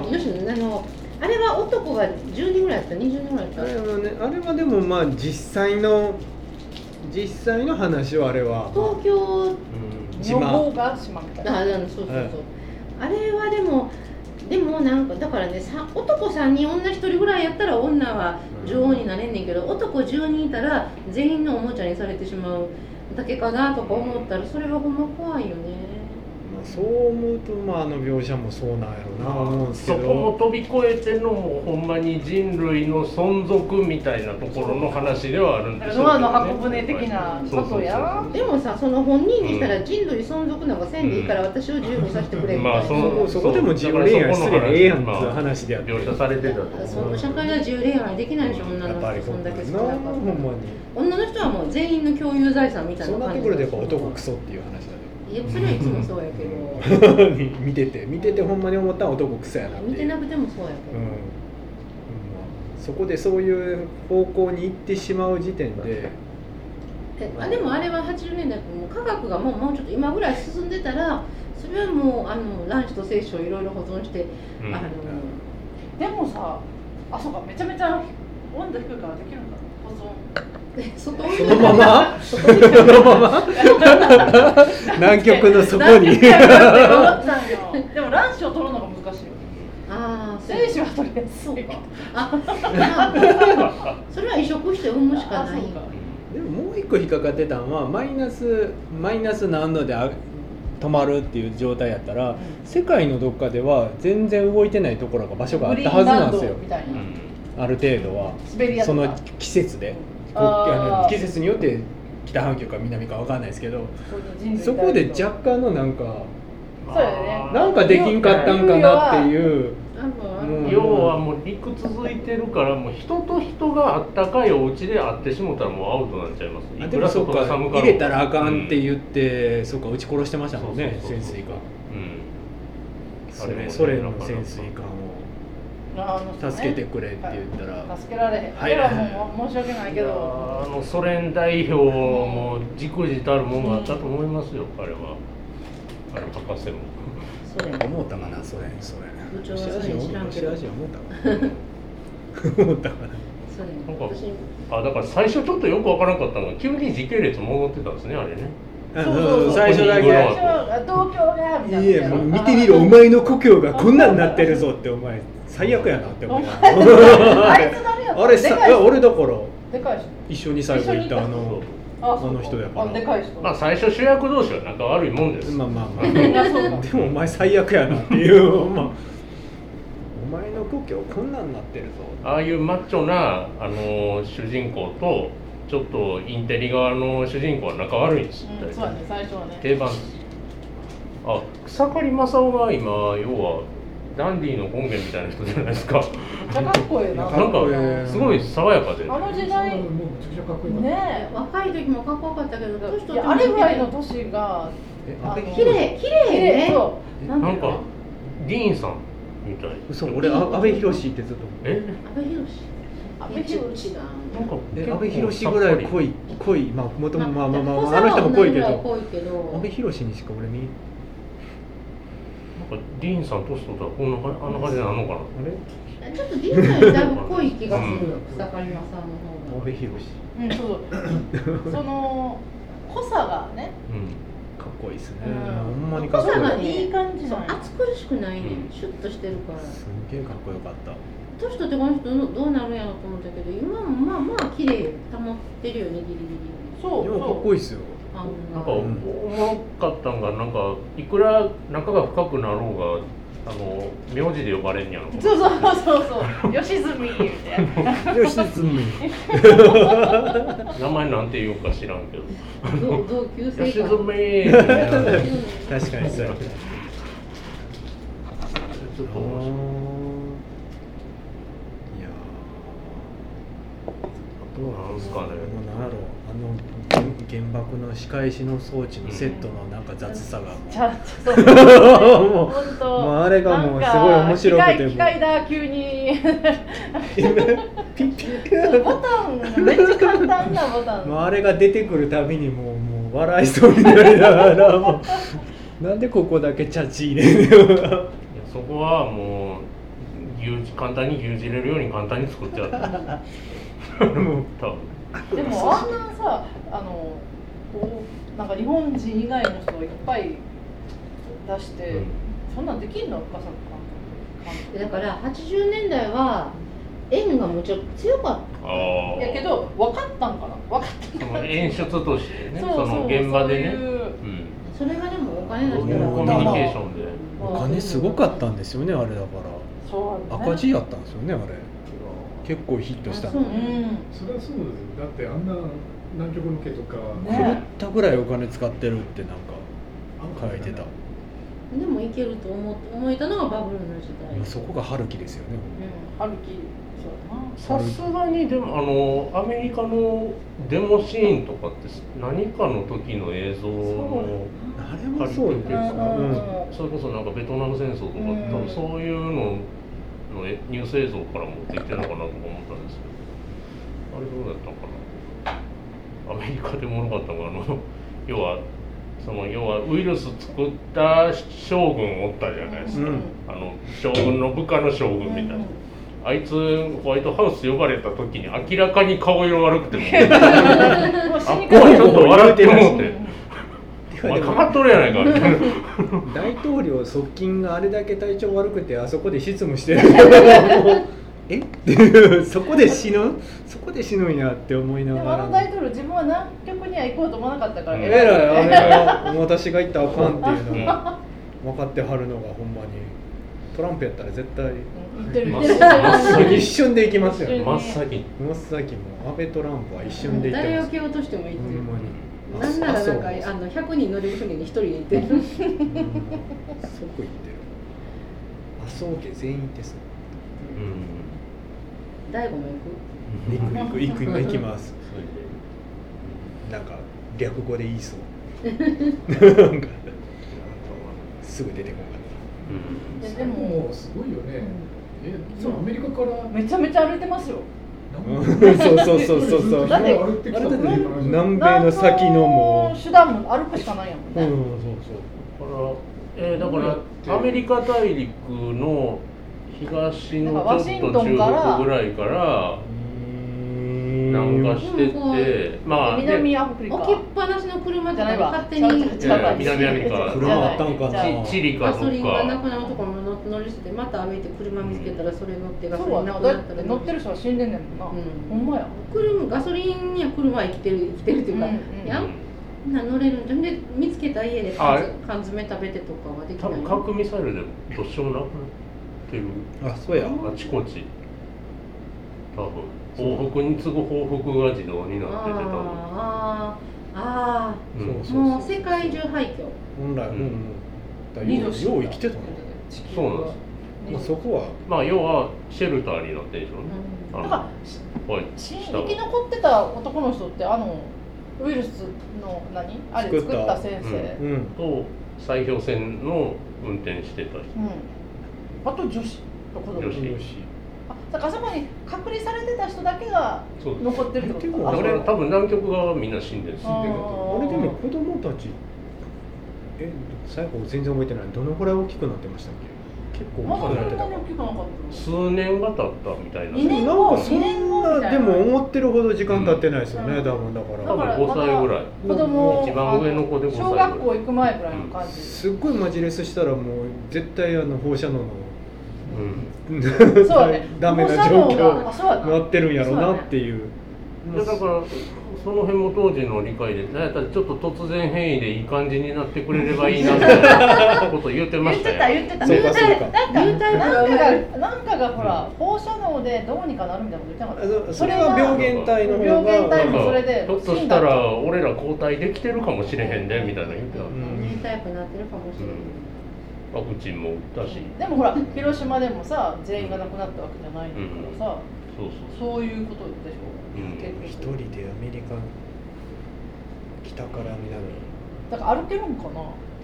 D: あのあれは男が10人ぐらいやった20人ぐらい
C: あ
D: やっ
C: れはねあれはでもまあ実際の実際の話をあれは
D: た、東京
C: うん、自
B: 予
C: 慢
B: 防がしまみたい
D: あ
B: な
D: あのそうそうそう、
C: はい
D: あれはでもでもなんかだからねさ男3人女1人ぐらいやったら女は女王になれんねんけど、男10人いたら全員のおもちゃにされてしまうだけかなとか思ったらそれはほんま怖いよね
C: まあそう思うと、まあ、あの描写もそうなんやろうな思うんですけ
A: そ
C: ど
A: こも飛び越えてのもうほんまに人類の存続みたいなところの話ではあるんですけど
B: ノアの箱舟的なことやな
D: でもさその本人にしたら人類存続なんかせんでいいから私を15させてくれみたい
A: ま
D: な、
A: あそ
C: そこ
A: の
C: そこでも自由恋愛すりゃええやんっていう話であって
A: 描写されてたと思う
D: その社会では自由恋愛できないでしょ女
C: や
D: の
C: っぱり
D: 人そんだけ少な
C: ほ
D: か
C: んま
D: っ
C: に
D: た女の人はもう全員の共有財産みたい
C: そ
D: なん
C: な
D: 感
C: と
D: じ
C: ころでやっぱ男クソっていう話
D: いやそれはいつもそうやけど
C: だね *laughs* 見てて見ててほんまに思ったら男クソやなっていう
D: 見てなくてもそうやけ
C: う
D: ど、
C: んうんまあそこでそういう方向に行ってしまう時点で
D: えあでもあれは80年代もう科学がもうもうちょっと今ぐらい進んでたらそれはもうあの卵子と精子をいろいろ保存して、
A: うん
D: あの
B: でもさあそうかめちゃめちゃ温度低いからできるんだ保存
D: え外
C: そのままそのまま南極の
B: *laughs*
C: 底に
B: でも卵子を取るのが難しいよ
D: ああ
B: 精子は取りやす
D: そう
B: い
D: かあまあそれは移植して産むしか
B: あ
D: な
B: そ
D: いう
B: か
C: でももう一個引っかかってたのはマイナスマイナス何度であ止まるっていう状態やったら世界のどっかでは全然動いてないところが場所があったはずなんですよ
B: グリーンランドみたいな
C: ある程度は
B: 滑りやす
C: そ
B: い
C: の季節でこうあ
B: あ
C: の
B: ー
C: 季節によって北半球か南か分かんないですけど
B: こういう人類
C: そこで
B: 大丈夫
C: 若干のなんか
B: そうだよね
C: なんかできんかったんかなっていう
D: あのあ
C: うん
D: の
A: 要はもう陸続いてるからもう人と人があったかいお家で会ってしもたらもうアウトになっちゃいます
C: あ
A: いく
C: でも
A: ら
C: そ
A: そ
C: っ
A: こ
C: か
A: が寒かろ
C: 入
A: う
C: れたらあかんって言って、そっか撃ち殺してましたもんね
A: そうそうそう
C: 潜水艦
A: うん
C: そ
A: あれも
C: れ
A: ね
C: ソ連の潜水艦を
B: あの人ね
C: 助けてくれって言ったら、
B: 助けられへん
C: はい
B: 俺らもう申し訳ないけ
A: いや
B: ど
A: ーあのソ連代表もじくじたるもんがあったと思いますよ、彼は。あれ博士も。
D: それ
C: 思ったかなソ連ソ
D: 部長
C: 連
D: はソ連知らんけど
C: ロシア人思ったかな思ったかな
D: そ
A: な
D: れ
A: んか
D: 私
A: あだから最初ちょっとよくわからなかったのが急に時系列戻ってたんですねあれね。
C: あ
B: そうそうそう
C: 最初だけ
A: い
B: 最
A: や
B: 初は東京がみたいない
C: やもう見てみろお前の故郷がこんなんなってるぞってお前最悪やなって思った
B: あいつ誰やった
C: あれさ
B: でかい
C: いや
B: 人
C: 俺だから
B: でかい人
C: 一緒に最後行ったあ
B: 一緒
C: の
B: あそう
C: あの人やから
B: あでかい人
A: まあ最初主役同士は仲悪いもんです。
C: まあまあ
A: *laughs*
C: まあ
B: みん
C: で
B: なそうか
C: もお前最悪やなっていう *laughs* まあお前の故郷こんなんなってるぞ
A: ああいうマッチョなあのー主人公とちょっとインテリ側の主人公は仲悪いんです。
B: うんそうやね最初はね
A: 定番ですあ草刈正雄が今要はダンディの根源みたいな人じゃないですか。
B: めっちゃかっこいいな
A: なんかすごい爽やかで。
B: あの時
E: そんな
B: 代
E: の
B: ね
E: もうめちゃくちゃかっこいいな
B: え
D: 若い時もかっこよかったけど年取
B: い
D: って
B: や
D: も
B: あれぐらいの年が
C: え
B: あの
D: 綺麗綺麗ね
B: そう
A: な
B: てい
A: ん
B: うの
A: かディーンさんみたい。
C: 嘘俺あ阿部寛ってずっと思って
A: え
D: 阿部寛
B: 阿部寛
D: だ
A: なんか
C: え
A: 結
C: 阿
A: 構
C: 部寛ぐらい濃い濃いまあもともまあまあまあまああの人も濃いけど阿部寛にしか俺見
A: なんかディーンさん年取ったらこんな感じあんな感じなのかな。
C: あれ
D: ちょっとディーンさんよりだいぶ濃い気がする草刈山さんの方
C: 阿部
D: が
C: 寛
B: うんそう
C: *laughs*
B: そうその濃さがね
A: うん。
C: かっこいいですね、
B: うん
C: ほんまにかっこいい
D: お父様に
B: いい感じじゃない
D: 暑苦しくないね
A: うん
D: シュッとしてるから
C: すんげえかっこよかった
D: 年取ってこの人どどうなるんやろうと思ったけど今もまあまあ綺麗保ってるよねギリギリ
B: そう
C: もかっ
B: そ
C: こ
B: う
C: いいですよ
D: あ
A: なんか
D: の
A: おもろかったんがなんかいくら仲が深くなろうがあの名字で呼ばれんやろ
B: そうそうそうそう吉住みた
C: *laughs*
B: いな
C: よしつむ
A: 名前なんて言うか知らんけど
D: 同同級
A: *laughs*
D: 生
A: 吉
D: 感
A: 住みたいな
D: 吉住
C: 確かにそうや
A: ちょっと面白い
C: いやー
A: どうなんすかね
C: どうなんやろうあの原爆の仕返しの装置のセットのなんか雑さがも
B: ちゃちょっと
C: うもう
B: 本当
C: *laughs* もうあれがもうすごい面白くて
B: なんか機械機械だ急に *laughs*
C: ピッピッ
B: ボタンめっちゃ簡単なボタン
C: もうあれが出てくるたびにもうもう笑いそうになりながらもうなんでここだけチャチ入れるの
A: いやそこはもう牛耳簡単に牛耳れるように簡単に作っちゃった
C: *laughs* も
A: 多分
B: でもあんなさあのこうなんか日本人以外の人をいっぱい出して、
A: うん
B: そんなんできんの深作
D: みだから80年代は縁がもちろん強かっ
A: あ
B: 監
A: あ
B: 督やけど分かったんかな分かった
A: その演出としてね
B: そ
A: そう
B: そう
A: の現場で
B: そう
A: ね
B: いう
A: うん
D: たそれがでもお金出
A: ど
D: し
A: う
D: た
A: いう
D: ら
A: コミュニケーションで
C: うお金すごかったんですよねあれだか
B: そうな
C: ら
B: んだね
C: 赤字やったんですよねあれ結構ヒットした
D: あ
C: の
D: そう
C: 狂
B: う
D: ね
B: ん
E: それはそうですよだってあんな南極ロケとか、
B: ね
C: ったぐらいお金使ってるってなんか
E: あ
C: 書いてた
D: でもいけると思う思えたのがバブルの時代
C: そこが春樹ですよね
B: 春樹そう
A: さすがにでもあのアメリカのデモシーンとかって何かの時の映像の
C: あれもそうです
A: う
B: やな
A: あ
B: うん
C: ね
A: それこそなんかベトナム戦争とか
B: うん
A: 多分そういうののえニュース映像から持ってきてるのかなとか思ったんですけどあれどうだったのかなアメリカでもおもろかったのがあの *laughs* 要はその要はウイルス作った将軍おったじゃないですか、
C: うん
A: あの将軍の部下の将軍みたいな。あいつホワイトハウス呼ばれた時に明らかに顔色悪くても
B: もう死
A: あ
B: に
A: っこ
B: かけ
A: は
B: て
A: ちょっと笑ってもってお
C: うん
A: 前かかっとるやないかみたいな
C: 大統領側近があれだけ体調悪くてあそこで執
D: *laughs*
C: 務してるけどもうえ *laughs* っていうそこで死ぬそこで死ぬんやって思い
B: で
C: な
B: も
C: が
B: あ
C: ら
B: の大統領自分は南極には行こうと思わなかったから
A: うん
C: え
B: 偉い
C: らいあれは私が行ったらあかんっていうのが分かってはるのがほんまにトランプやったら絶対
B: 言ってる
A: 真
B: 言
A: っ
B: ってる
A: 先
C: 一瞬で行きますよね
A: 真っ先
C: 真っ先も安倍トランプは一瞬で行って
D: 誰
C: ま
D: を
C: す
D: 蹴落としてもいいっ
C: ほ
D: てい
C: ん
D: う
C: ま
D: な
C: に
D: んならなんかあ
C: あそう
D: の100人乗れる船に1人で行ってる
C: *laughs* うん即行ってる麻生家全員です
A: うん
D: 大悟も行
C: 行く行く行く行きます
A: それで
C: なんか略語で言いそう *laughs* なんかすぐ出てこなかっ
A: うん
B: いやで
E: で
B: も
E: もすごいよねえそうアメリカから
B: めちゃめちゃ歩いてますよ
C: た、うん、そうそうそうそうそう *laughs*
B: だって
E: 歩いてきたっていう話
C: 南米の先のも
B: 何手段も歩くしかないやもん
C: う、う
B: ね、
C: ん、そう
A: だから、えーだからアメリカ大陸の東
B: なんかワ
A: の
B: シ
A: ち
B: ン
A: ょっ
B: ト
A: と
B: ンから
A: 中国ぐらいから
C: そう。
A: 南下してっ
D: うん
A: て、まあ、で
B: 南アフリ
D: く
B: カ
D: 置きっぱなしの車と
B: じゃ
D: か
B: ない
D: に
B: わ
D: 勝手
B: 違う違う
D: に
B: 違う
A: いやいや南アフリカ
C: 車あったんか
B: じゃあ
C: な
A: チチリか
D: ガ
A: どっ
D: ソリンがなく
A: か
D: なるとこも乗乗り捨ててまた歩いて車見つけたらそれ乗ってガソ
B: そ
D: リ
B: うは
D: ンな
B: な
D: く
B: だ
D: な
B: っ
D: った
B: て
D: ら
B: 乗ってる人は死んでんねんもんな、ほんまや
D: 車ガソリンには車は生きてる生きてるっていうか、
B: うんうん
D: やんな乗れるんでで見つけた家で缶
A: あ
D: 詰缶詰食べてとかはでき
A: 多
D: ない
A: 分核ミサイルでどっしようもなくなってる
C: あ、そうや。
A: あちこち多分報復に次ぐ報復が自動になってて多分
D: あーあ
A: うん
C: そう
D: ー
C: そ
D: もう世界中廃墟
C: 本来、
A: う
C: うんん、うん。だからよう、よう生きてたの。
B: 地球
A: そうなんで
C: まあ、そこは。
A: まあ要はシェルターになってるでしょう
D: う
A: ね
D: ん
A: あの
B: だから
A: ホワイト
B: し生き残ってた男の人ってあのウイルスの何あれ
C: 作
B: 作
C: っ
B: ったた先生、
A: う
C: うん。
A: と砕氷船の運転してた人
B: うんあと女子の子供
A: 女子
C: よし。
B: あだからあそこに隔離されてた人だけが
A: そうです
B: 残ってるってこと
A: だ
B: あ
A: か
B: そ
A: ら多分南極側はみんな死んでるし
B: あー
C: あれでも、子供たち。え、最後、全然覚えてない。どのぐらい大きくなってましたっけ。結構
B: まだそ
C: 大きくなっ
B: ん
C: て
B: な
C: た
B: に大。
C: から
B: きくなかっ
A: 数年が経ったみたいな
B: 二年後
C: なんか、そん
B: 二年後みた
C: な、
B: いな
C: でも、思ってるほど時間経ってないですよ
B: う
C: ね。
B: ん
C: 多分、だか
A: 多
B: だ
A: 分
B: か
C: ら。
B: ら
A: 5歳ぐらい
B: た子供
A: 一番上の子で
B: あ
A: 5歳
B: 小
A: ぐらい
B: 学校行く
C: *laughs*
B: 前ぐらいの感じ、
C: *laughs* すっごいマジレスしたら、もう、絶対、あの、放射能の。
A: うん
B: そうだね
C: ダメな
B: 保護者
C: 状
B: の方があそうだ
C: 況になってるんやろなっていう
A: いやだからその辺も当時の理解でなんやったらちょっと突然変異でいい感じになってくれればいいなみたいなこと言ってま
D: 言っ
A: した
D: てた
A: よ
D: 言ってた
C: そうかそう
D: なん
C: か
D: か入隊
B: なんか
D: なんか
B: がなんかがほら放射能でどうにかなるみたいなこと言ってなか
C: あ
B: った
C: そそれは病原体の方
B: 病原
C: が
B: 体
A: な
B: で
A: ん
B: も
A: か
B: それで
A: ひょっとしたら俺ら交代できてるかもしれへんでみたいな言ってた、
C: う
A: うんん、
D: 入隊になってるかもしれない
A: ワクチンも打ったし
B: でもほら広島でもさ全員が亡くなったわけじゃないんだからさ、
A: そうそう
B: そういうことでしょ、
A: うん
C: 一
B: 結
C: 人
B: 局
C: でアメリカ北から南
B: だから歩けるんかな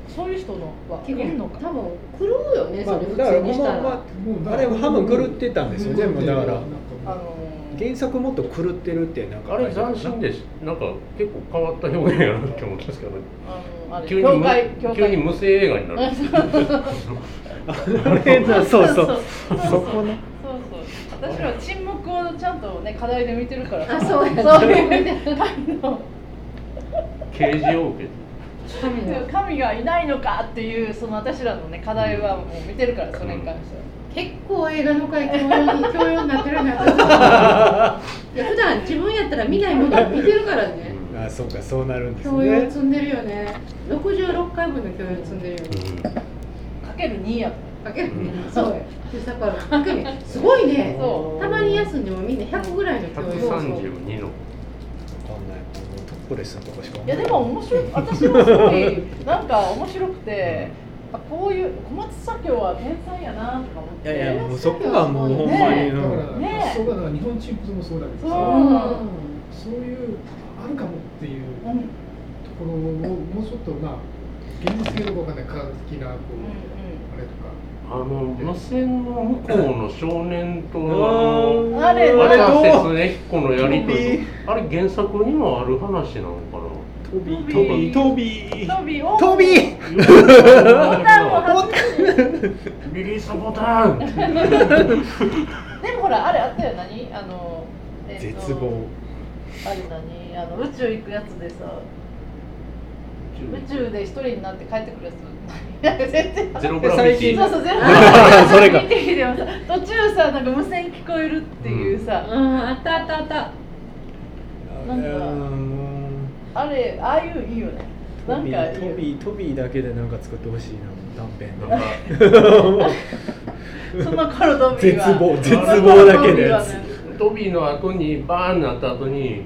B: そういう人のは
D: 結
B: いるの
D: 構
B: か
D: 多分狂うよね
C: ま
D: そ
C: あ
D: れ普
C: だから
D: 通にした
C: まあま
D: ら
C: あれハム狂ってたんですよねもうだから
B: あのー
C: 原作もっと狂ってるってなんか
A: あれ斬新ですなんか結構変わった表現やなって思ったんですけどね
B: あのあれ
A: 急に
B: 教会教
A: む
B: 会
A: 急に無声映画になる
B: *laughs*
C: *laughs* あれなそうそう
B: そうそう
C: そこの
B: そうそう私らは沈黙をちゃんとね課題で見てるから
D: あ
C: *laughs*
D: そうやね
B: そういう神の
A: 刑事を受けて
D: 神の
B: 神がいないのかっていうその私らのね課題はもう見てるからそれに関しては、
D: 結構映画の回教養に教養になってるんだと
C: *laughs*
D: 思ういや普段自分やったら見ないものを見てるからね
C: あそうかそうなるんです
D: 教養
C: ね
D: 積んでるよね66回分の教養積んでるよね
B: かける2や
D: かけるね
A: う
D: そうよでだからかけるねすごいね
B: そ
D: たまに休んでもみんな100ぐらいの教養
A: 132の
C: わかんないもうトップレスのとこしか
B: いやでも面白い私はすごいなんか面白くてあこういう小松左京は天才やなとか思っ
C: い
B: て
C: やいやもうそこはもうほんまに、
B: ね
C: うん
B: ね
E: そうだから日本チームもそうだけ
B: そ
E: ど
B: う
E: さ
D: うん
E: そういうあるかもっていう
B: う
E: と
B: んうん
E: ころをもうちょっとまあ現実性のどうかわかんない科学的なこうあれとか
A: あの無線の向こうの少年とあの
C: うん
B: あれ
A: 渡
C: ど
A: 瀬
C: う
A: 恒彦のやりとりとあれ原作にもある話なのか
B: *laughs*
A: な
C: 飛び
B: 飛び
C: 飛び
B: トビを
C: 飛び
B: ボタンを外し
A: リリースボタン
B: でもほらあれあったよ何あの、えーと
C: 絶望
B: あれ何あの宇宙行くやつでさ宇宙で一人になって帰ってくるやつなんか全然
A: ゼログラフィテ
B: そう
A: ィ
B: そう、全部。
C: *laughs* そ
B: *laughs*
C: れが
B: 見てみてもさ、途中さ、なんか無線聞こえるっていうさ、
D: うんあったあったあった
B: なんかあれ、ああいういいよね。なんかいい
C: 飛
B: よ。
C: び飛びだけでなんか作ってほしいな短編
A: なん
C: で
A: か
B: その頃のビ
C: 絶
B: は。
C: 望絶
A: 絶
C: 望だけのやつ
B: その頃のビはね
A: トビーの後にバーンなった後に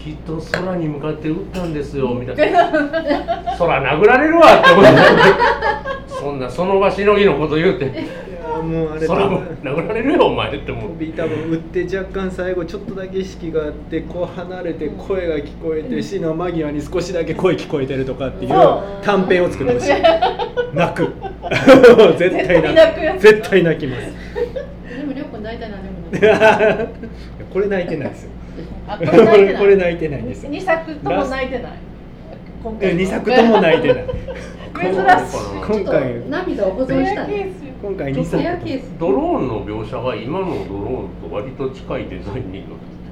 A: きっと空に向かって撃ったんですよみたいな空殴られるわって思ってそんなその場しのぎのこと言うて
C: いやーもうあれ
A: 空も殴られるよお前って思
C: 飛
A: う
C: び多分打って若干最後ちょっとだけ意識があってこう離れて声が聞こえて死の間際に少しだけ声聞こえてるとかっていう
B: そう
C: 短編を作ってほ *laughs* しい泣く *laughs* 絶対
B: 絶対泣くや
C: 泣
B: つ
C: く絶対泣きます *laughs*
D: でもりょうくん大体何でもない
C: いやこれ泣いてないですよ
B: あ、
C: こ
B: これ泣いて
C: れ
B: ない。
C: これ泣いてないんですよ
B: 二作とも泣いてない。今回の
C: 2作と
B: *laughs*
C: も泣いてない
B: 珍しい。
A: こ
C: 今回
D: ちょっと涙を保存した
B: レアケ
D: ね
B: ースよ
C: 今回
D: ちょ
C: 2
D: っと
C: 作
D: レアケース
A: ドローンの描写が今のドローンと割と近いデザインに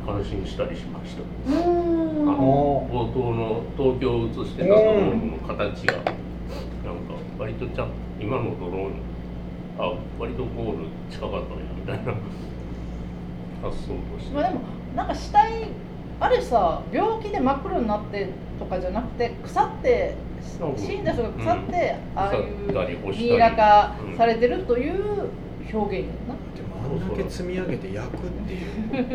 A: 感心したりしました
D: う
A: あ
D: ん
A: の冒頭の東京を映してたドローンの形がなんか割とちゃん今のドローンあ割とゴール近かったねみたいな発想として
B: まあ、でも、なんか死体。あれさ、病気で真っ黒になってとかじゃなくて、腐って。死んだ人が腐って、ああい
A: 腐ったり
B: う
A: 干したり
B: ミイラ化されてるという表現やな。
C: でもあんだけ積み上げて焼くってい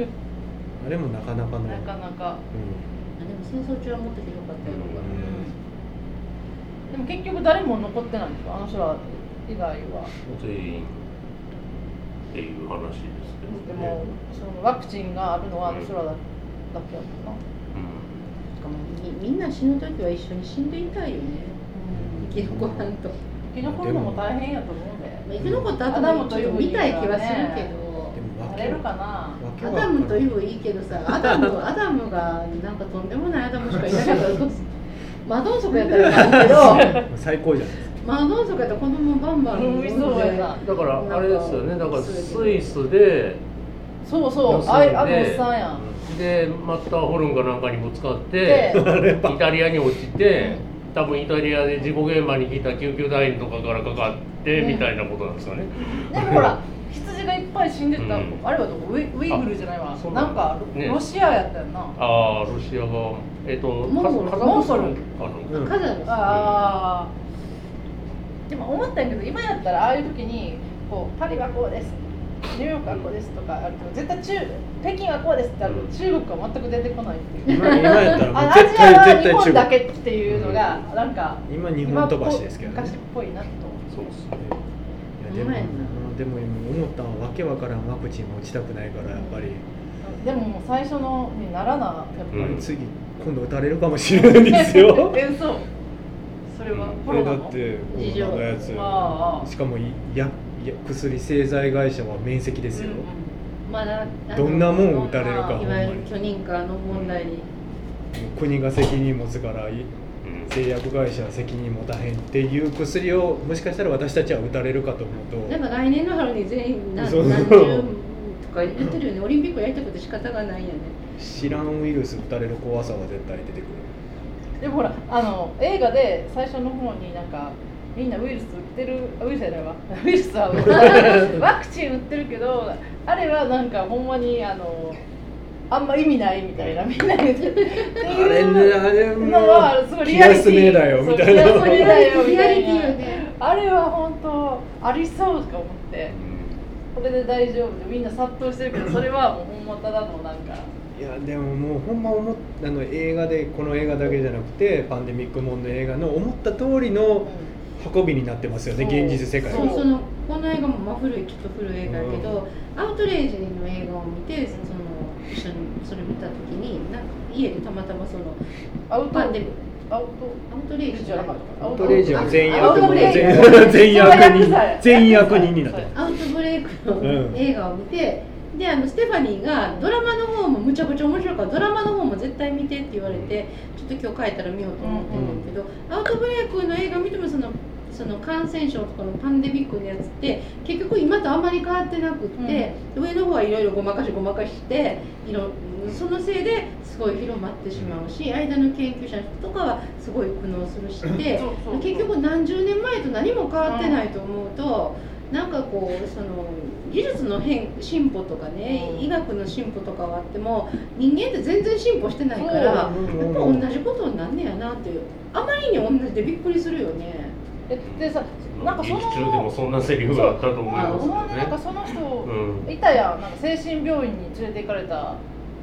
C: う *laughs* あれもなかなかの、
B: なかなか
D: あ
C: う
D: でも戦争中はもっとひどかったよ、
C: ん
B: でも結局誰も残ってないんですかあの人ら以外は
A: 全員っていう話ですけど
B: で
A: ね、
B: もそのワクチンがあるのはあの人らだだけやもんな、
D: しかもみみんな死ぬ時は一緒に死んでいたいよね生き残らんと、ま
B: 生き残るのも大変やと思うんだよ
D: あ、生き残った後もちょっと見たい気はするけど
C: ん、でも
B: な
C: わ
B: れ
C: け
B: る
C: わ
B: かな
C: け
D: ア
C: わか
D: ダ
C: ん
D: ム
C: な
D: と
C: い
D: イブいいけどさアダムアダムがなんかとんでもないアダムしかいなかった *laughs* らマドンソクやったらいいけど
C: 最高じゃないですか
D: マドンソクやったら子供バンバン
B: うん
D: 産んで
B: そうやな
A: だからあれですよねだからスイスで
B: そうそう
A: 要
B: あ
A: するにね
B: あのおっさんやん
A: でマッターホルンかなんかにぶつかっ
B: で
A: てイタリアに落ちて多分イタリアで事故現場に来た救急隊員とかからかかってみたいなことなんですよね。
B: でもほら羊が前死んでた、
A: うん
B: あれはどこウイウイグルじゃないわ
A: あそうな
B: なんんかロ,、
A: ね
B: シアやったよな
A: ああロシアがえっ、と
D: モンゴル
A: カザ
B: モンゴ
A: カザ
B: ル
A: フスタンかな
C: うん
D: 火山です
B: ああでも思ったんやけど今やったらああいう時にこうパリはこうですニューヨークはこうですとかあるけど絶対中北京はこうですってあるけど中国は全く出てこないっていう
C: 今今やったらも
B: あ
C: う
B: ア
C: 絶
B: ジアは
C: 対
B: 日
C: 絶
B: 本だ
C: 対
B: け
C: 中
B: っていうのがなんか
C: 国今日本飛ばしですけどね
B: 昔っぽいなと
A: そうですね
C: いやで
D: うまいな
C: もでも今思ったのはわけわからんワクチンも打ちたくないからやっぱり、
B: でももう最初のにならなやっぱり、
A: うん
C: 次今度打たれるかもしれないん *laughs* で
B: *laughs*
C: すよ
B: え嘘それはコ
C: え
B: ロナ
C: だ
B: の
C: ってコ
D: 事情
C: ロナのやつ
B: ああ
C: しかもいやいや薬製剤会社は面積ですよ、
D: まだあの
C: どんなもん打たれるかほ
D: い
C: ん
D: わ
C: ま
D: ゆ
C: に
D: る許認可の問題に
C: 国が責任持つからい
A: うん
C: 製薬会社は責任持たへんっていう薬をもしかしたら私たちは打たれるかと思うと
D: なんか来年の春に全員な
C: そう
D: 何十とか言ってるよねオリンピックやりたくて仕方がないよね
C: 知らんウイルス打たれる怖さは絶対出てくる
B: でもほらあの映画で最初の方になんかみんなウイルス売ってるあウイルスやないわ *laughs* ウイルスは売ってるワクチン売ってるけどあれはなんかほんまにあのあんま意味ないみたいなみんな言ってる
C: あれねあれも
B: のはすごいリアリティ
C: 気休めだよみたいな
B: そう気休めだよみ
D: リア
B: た
D: リ
B: い
D: ティよ
B: な
D: ね
B: あれは本当ありそうとか思ってこれで大丈夫でみんな殺到してるけどそれはもうほんまただのなんか
C: いやでももうほんま思っあの映画でこの映画だけじゃなくてパンデミックもんの映画の思った通りの運びになってますよね
B: そう
C: 現実世界
D: そ
B: そうう
D: そのこの映画もまあ古いきっと古い映画やけど、アウトレイジの映画を見てその一緒にそれ見た時になんか家でたまたまその
B: アウト
D: パンデミック
B: ア
D: ア
B: ウ
D: ウトレイジじゃなかった
B: ア
C: ア
B: ウ
C: ウ
B: ト
C: ト
B: レ
C: レ
B: イ
C: イ
B: ジ
C: ジ
B: は
C: は
B: 全員
C: 全員
B: 悪
C: 悪
B: 人
C: 人
B: 全
C: 全
B: 全員
C: 員
B: 悪
C: 悪
B: 人
C: 人全員悪人になって
D: アウトブレイクの
C: うん
D: 映画を見て、であのステファニーがドラマの方もむちゃくちゃ面白いからドラマの方も絶対見てって言われてちょっと今日帰ったら見ようと思ってるんだけど、アウトブレイクの映画見てもそのその感染症とかのパンデミックのやつって結局今とあんまり変わってなくって、上の方はいろいろごまかしごまかしていろそのせいですごい広まってしまうし間の研究者の人とかはすごい苦悩するしで
B: そうそうそう
D: 結局何十年前と何も変わってないと思うと、なんかこうその技術の変進歩とかね、
B: うん
D: 医学の進歩とかはあっても人間って全然進歩してないから
B: そう
D: やっぱ同じことになんねやなっていうあまりに同じでびっくりするよね。
B: ででさなんかその
A: 劇中でもそんなセリフがあったと思い
B: あ
A: ま
B: ほ
A: す
B: んまになんか
A: け
B: その
A: ど
B: 人
A: ね
B: いたやんなんか精神病院に連れて行かれた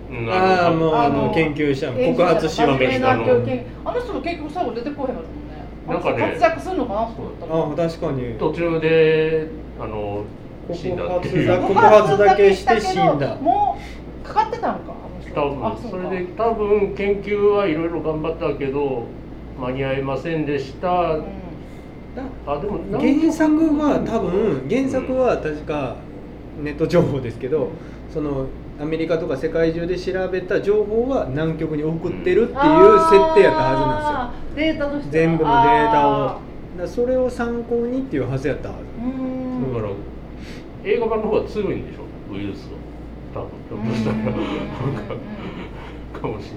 A: うんうん
C: ああもうあ
B: あの
C: の研究者も告発し
B: 真
C: は
A: め
C: め
B: 面目
C: し
B: な
C: た
A: の
B: 教研あの人も結局最後出てこへんかったもんね
A: なんかね
B: 活躍するのかなと思ったもん
C: ああ確かに
A: 途中であの死んだってい
C: 告
A: う
C: 発告発だけして死んだ
B: 告発けどもうかかってたんかあの人
A: 多
B: あ
A: 分
B: うか
A: それで多分研究はいろいろ頑張ったけど間に合いませんでした、
B: うん
A: あでもなん
C: 原作は多分原作は確かネット情報ですけどそのアメリカとか世界中で調べた情報は南極に送ってるっていう設定やったはずなんですよ
B: なんですよデータとしては
C: 全部のデータをだ
B: あ
C: からそれを参考にっていうはずやったは
B: ーうーん
A: だから映画版の方が強いんでしょウイルスが多分ひょっとしたら
B: うんうんうん
A: かもしれない、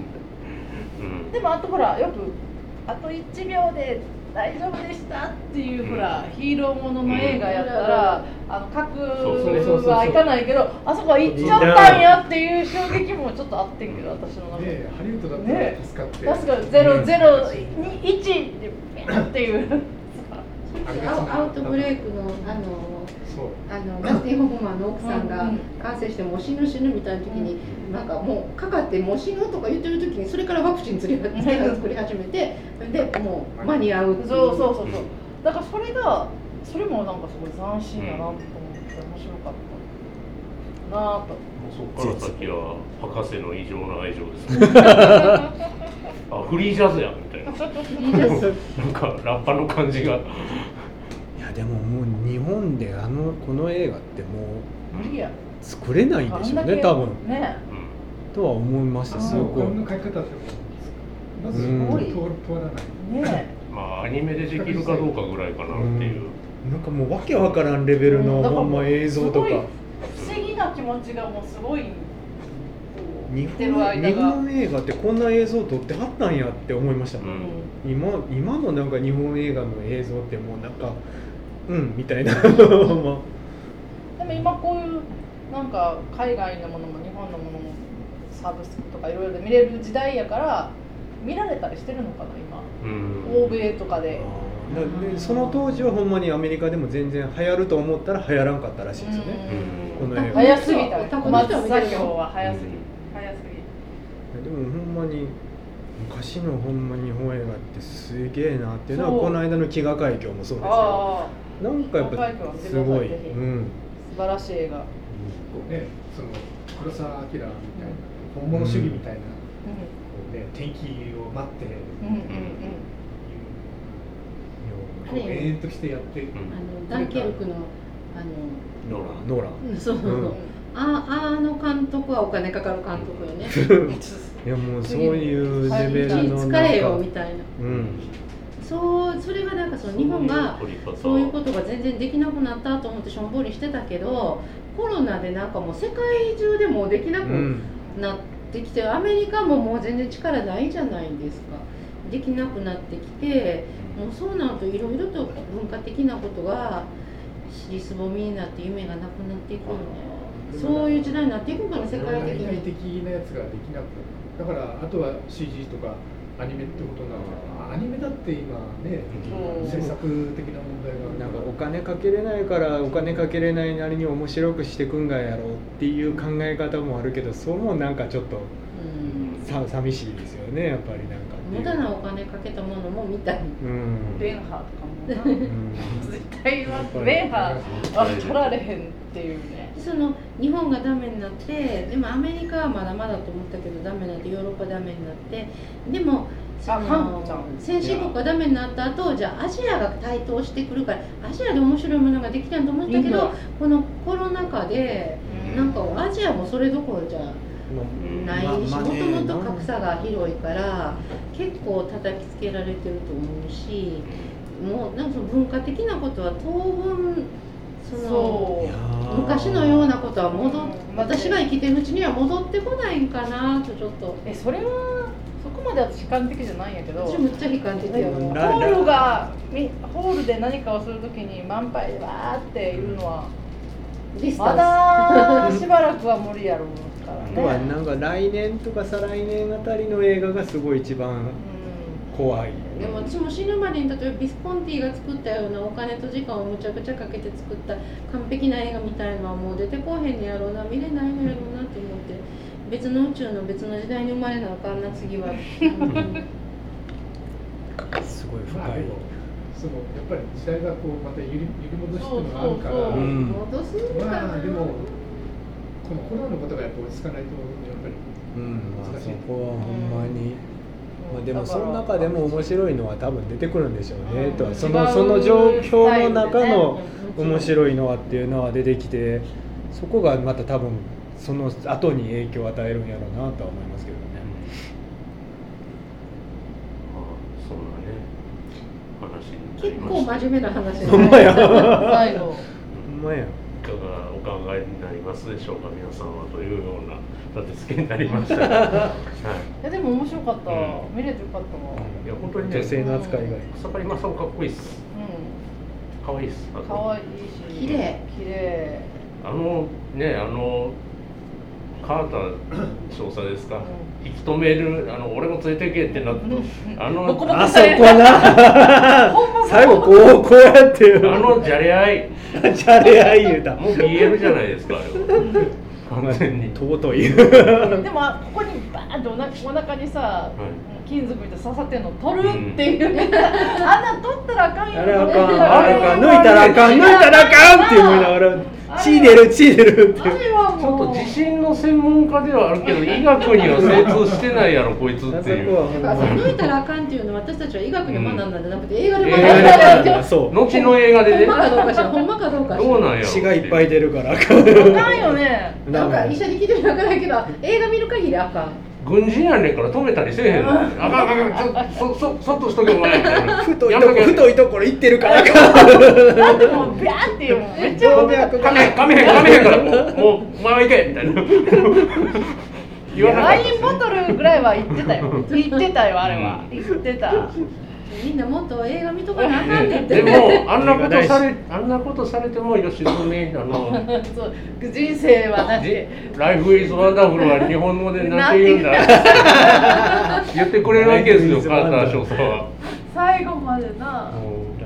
A: うん、
B: でもあとほらよく「あと1秒で大丈夫でした」っていうほら、ヒーローものの映画やったら、あの核はいかないけどあそこは行っちゃったんやっていう衝撃もちょっとあってんけど私の中で。
E: ねえハリウッドだったら助かって、
B: 確かにゼロゼロに一でピンっていう。
E: ありがとう
D: アウアウトブレイクのあの
E: そう
D: あのダスティン・ホフマンの奥さん
B: う
D: が
B: んうん
D: 感染してもう死ぬ死ぬみたいな時に、なんかもうかかってもう死ぬとか言ってる時にそれからワクチン作り *laughs* 作り始めてでもう間に合うってい
B: そうそうそうそう。だからそれがそれもなんかすごい斬新だなと思って面白かったなぁと。
A: そこから先は博士の異常な愛情ですね *laughs* あフリージャズやみたいな
D: いいです
A: なんかラッパの感じが
C: ずいやでももう日本であのこの映画ってもう
B: 無理や。
C: 作れないんでしょうね多分
B: ね。
A: う
C: とは思いましたす
E: そう
C: ご
E: こ
C: く
E: の書き方ってまず
C: うん
E: 通通らない。
B: ね。
A: んまあアニメでできるかどうかぐらいかなっていう、
C: なんかもうわけわからんレベルの
B: だから
C: ほんま映像とか
B: すごい不思議な気持ちがもうすごい。こう
C: 日
B: 見てる
C: 本
B: 間
C: 日
B: が。
C: 本映画ってこんな映像撮ってはったんやって思いました
A: う
C: もん
A: ん
C: 今今のなんか日本映画の映像ってもうなんかうんみたいなほんま
B: でも今こういうなんか海外のものも日本のものもサービスとかいろいろで見れる時代やから見られたりしてるのかな今
A: うん
B: 欧米とかで
C: だでその当時はほんまにアメリカでも全然流行ると思ったら流行らんかったらしいんですよね、
B: う
C: こ
B: ん
C: の映画
B: 早すぎた
D: 男の
B: 松
D: 人は
B: 作
D: 見てるよ
B: 業は早すぎ早す
C: でもほんまに昔のほんま日本映画ってすげえなっていうの
B: そう
C: はこの間の「飢餓海峡」もそう
B: ぎ
C: ですよ
B: ああ
C: なんかやっぱ
B: 飢餓海峡は見てく
C: す
B: ださ
C: ご
B: い
C: い、
B: ぜひ
C: うん、
B: 素晴らしい映画
E: こうねその黒澤明みたいな本物主義みたい
B: う
E: な、こうね、天気を待って
B: んうんうん
E: こう延々としてやって、
A: うん
D: あのダンケルクのあ
C: ノーランノーラン
D: のそう、
C: うん
D: ああの監督はお金かかる監督よね
C: いやもうそういうレベ
D: 気
C: ルの
D: 使えよ
C: な
D: み
C: んか
D: たいな
C: うん
D: そうそれがなんかその日本がそういうことが全然できなくなったと思ってしょんぼりしてたけどコロナでなんかもう世界中でもうできな
C: う
D: く
C: ん
D: なってきてアメリカももう全然力ないじゃないですかできなくなってきてもうそうなるといろいろと文化的なことが尻すぼみになって夢がなくなっていくよねそういう時代になっていくから世界的
E: 近代的
D: に
E: なやつができなくなるだからあとは CG とかアニメってことになるからあアニメだって今ね
B: うん
E: 制作的な問題がある
C: なんかお金かけれないからお金かけれないなりに面白くしてくんがやろうっていう考え方もあるけどそれもなんかちょっと
D: うん
C: さ寂しいですよねやっぱりなんかっていう
D: 無駄なお金かけたものも見たい
C: うん
B: うんレンハーとかも
C: *laughs*
B: な
C: うん
B: 絶対はレンハーは取られへんっていうね
D: その日本がダメになってでもアメリカはまだまだと思ったけどダメになってヨーロッパダメになってでもそ
B: あ韓国ちゃ
D: の
B: ん
D: 先進国がダメになった後じゃあアジアが台頭してくるからアジアで面白いものができたんと思ったけ
B: いい
D: ど
B: な
D: このコロナ禍でなんかアジアもそれどころじゃないし
C: まあ
D: も
C: まあね
D: ともと格差が広いから結構叩きつけられてると思うしもうなんかその文化的なことは当分その。
C: い
B: そ
C: や
B: う
C: ー
D: 昔のようなことは戻っ
B: うん
D: 私が生きてるうちには戻ってこないんかなとちょっと
B: えそれはそこまで私悲観的じゃないんやけど
D: 私むっちゃ悲観的や
B: ホ
D: わ
C: ララ
B: ールがみホールで何かをするときに満杯でわーっていうのは
D: ディス
B: ま
D: タン
B: だしばらくは無理やろうから
C: あ
B: ね
C: とはなんか来年とか再来年あたりの映画がすごい一番怖い
D: スでも私も死ぬまでに例えばビスコンティが作ったようなお金と時間をむちゃくちゃかけて作った完璧な映画みたいのはもう出てこうへんのやろうな見れないのやろうなって思って別の宇宙の別の時代に生まれなあかんな次は。うん
C: すごい深
E: まあで
C: い
E: もそのやっぱり時代がこうまた揺り揺り戻してるのがあるから
B: そうそうそう
C: うん
D: 戻すんか
A: *laughs*
D: な、
E: まあでもこのコロナのことがやっぱ落ち着かないとやっぱり
C: うんまあそこはほんまに、
B: うん
C: まあ、でも
B: だ
C: そ
B: から
C: の中でも面白いのは多分出てくるんでしょうね、
B: うん
C: とはそ
B: 違
C: の
B: う
C: その状況の中
D: ス
C: の
D: タイルでね
C: 面白いのはっていうのは出てきてそこがまた多分その後に影響を与えるんやろうなとは思いますけどね、
A: そんなね話になり
D: 結
A: ま
D: 構
A: した
D: 真面目な話
A: *laughs*
D: だね
C: ほんま *laughs* や
B: 最後
C: ほんまや
A: いかがお考えになりますでしょうか皆さんはというような立て付けになりましたが、はい
B: いやでも面白かった、
A: うん
B: 見れてよかったわ
A: いや本当にね
C: 女性の扱いがいい
A: 草刈正雄かっこいいっすかわいいっすあ
B: うん
A: と
B: 可愛いし
D: 綺麗
B: 綺麗
A: あのねあのカーター少佐ですか、
B: う
A: 引き止めるあの俺も連れてけってなった、あの
B: ボコボコ
C: あそこな最後こうこうやって
A: あのじゃれ合い
C: じゃれ合い言うた
A: もう BL じゃないですかあれは完全に、
C: 尊いう
B: でもあここにバーンとおなお腹にさ、
A: い
B: 金属みたいな刺さってんの取るっていう、 *laughs* あんなん取ったらあかんよ
C: あれあかん
B: 取った
C: あれあかん抜いたらあかん抜いたらあかんって思いながら血出る血出るって
B: あれは
A: ちょっ
B: も
A: と
B: う
A: 地震の専門家ではあるけど医学には精通してないやろこいつっていう
C: *laughs* あそこはほんま
D: 抜いたらあかんっていうのは私たちは医学で学んだんじゃなくて映画
A: *laughs*
D: で
A: 映
D: 学
A: 画
D: ん
A: で学ん
D: だんだ
A: だ
D: よね
C: そう
A: 後の映画で
D: ほ
A: ね
D: んまかどうかしらほんまかどうかし
A: どう
D: ら
A: なんやろ
C: 血がいっぱい出るからあかん
B: あかんよね
D: なんか医者に聞いてるわからないけど映画見る限りあかん
A: 軍人やねんから止めたりせえへんのあかんあかんあかんそそそっとしとけお前みたいな
C: 太い
A: や
C: と
A: め
C: こ
A: とけ
C: 太いところ行ってるからあかん
B: だってもうビャーっていうもうめっちゃ
C: 動脈
A: かめへんかめへんかめへんからもうもうお前は行けみたいな言わなか
B: ワ
A: ったですね
B: イン
C: *laughs*
B: ボトルぐらいは行ってたよ行ってたよあれは行ってた
D: みんなもっと映画見とかなあかんねんっ
A: で
D: て
A: もあんなことされあんなことされても吉住あの
B: そう人生はなし
A: で「ライフ・イズ・ワンダフル」は日本語で何て言うんだ言ってくれるわけですよ
C: Life is
A: カータ
C: wonderful
A: ー少佐は。
B: 最後までな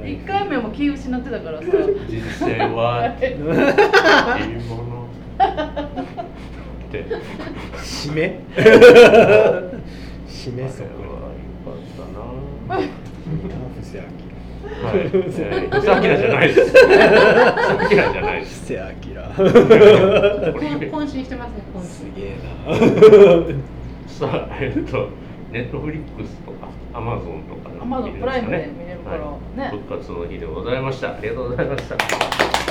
A: うん
B: 一回目も気失ってたからさ
A: 人生はっていうものって
C: *laughs* 締め締めそ *laughs* こ
A: あれはよかったな。
C: 布施明
A: はい、えー、
B: *laughs*
A: 布施明じゃないです。布施明じゃないです。
C: 布施
A: これ
D: こん渾身してますね渾
C: 明
D: 身
C: すげ *laughs* えな
A: さあ、えっと、ネットフリックスとか、アマゾンとか、
B: Amazon プライムで見れるからね
A: はい復活の日でございました。ありがとうございました。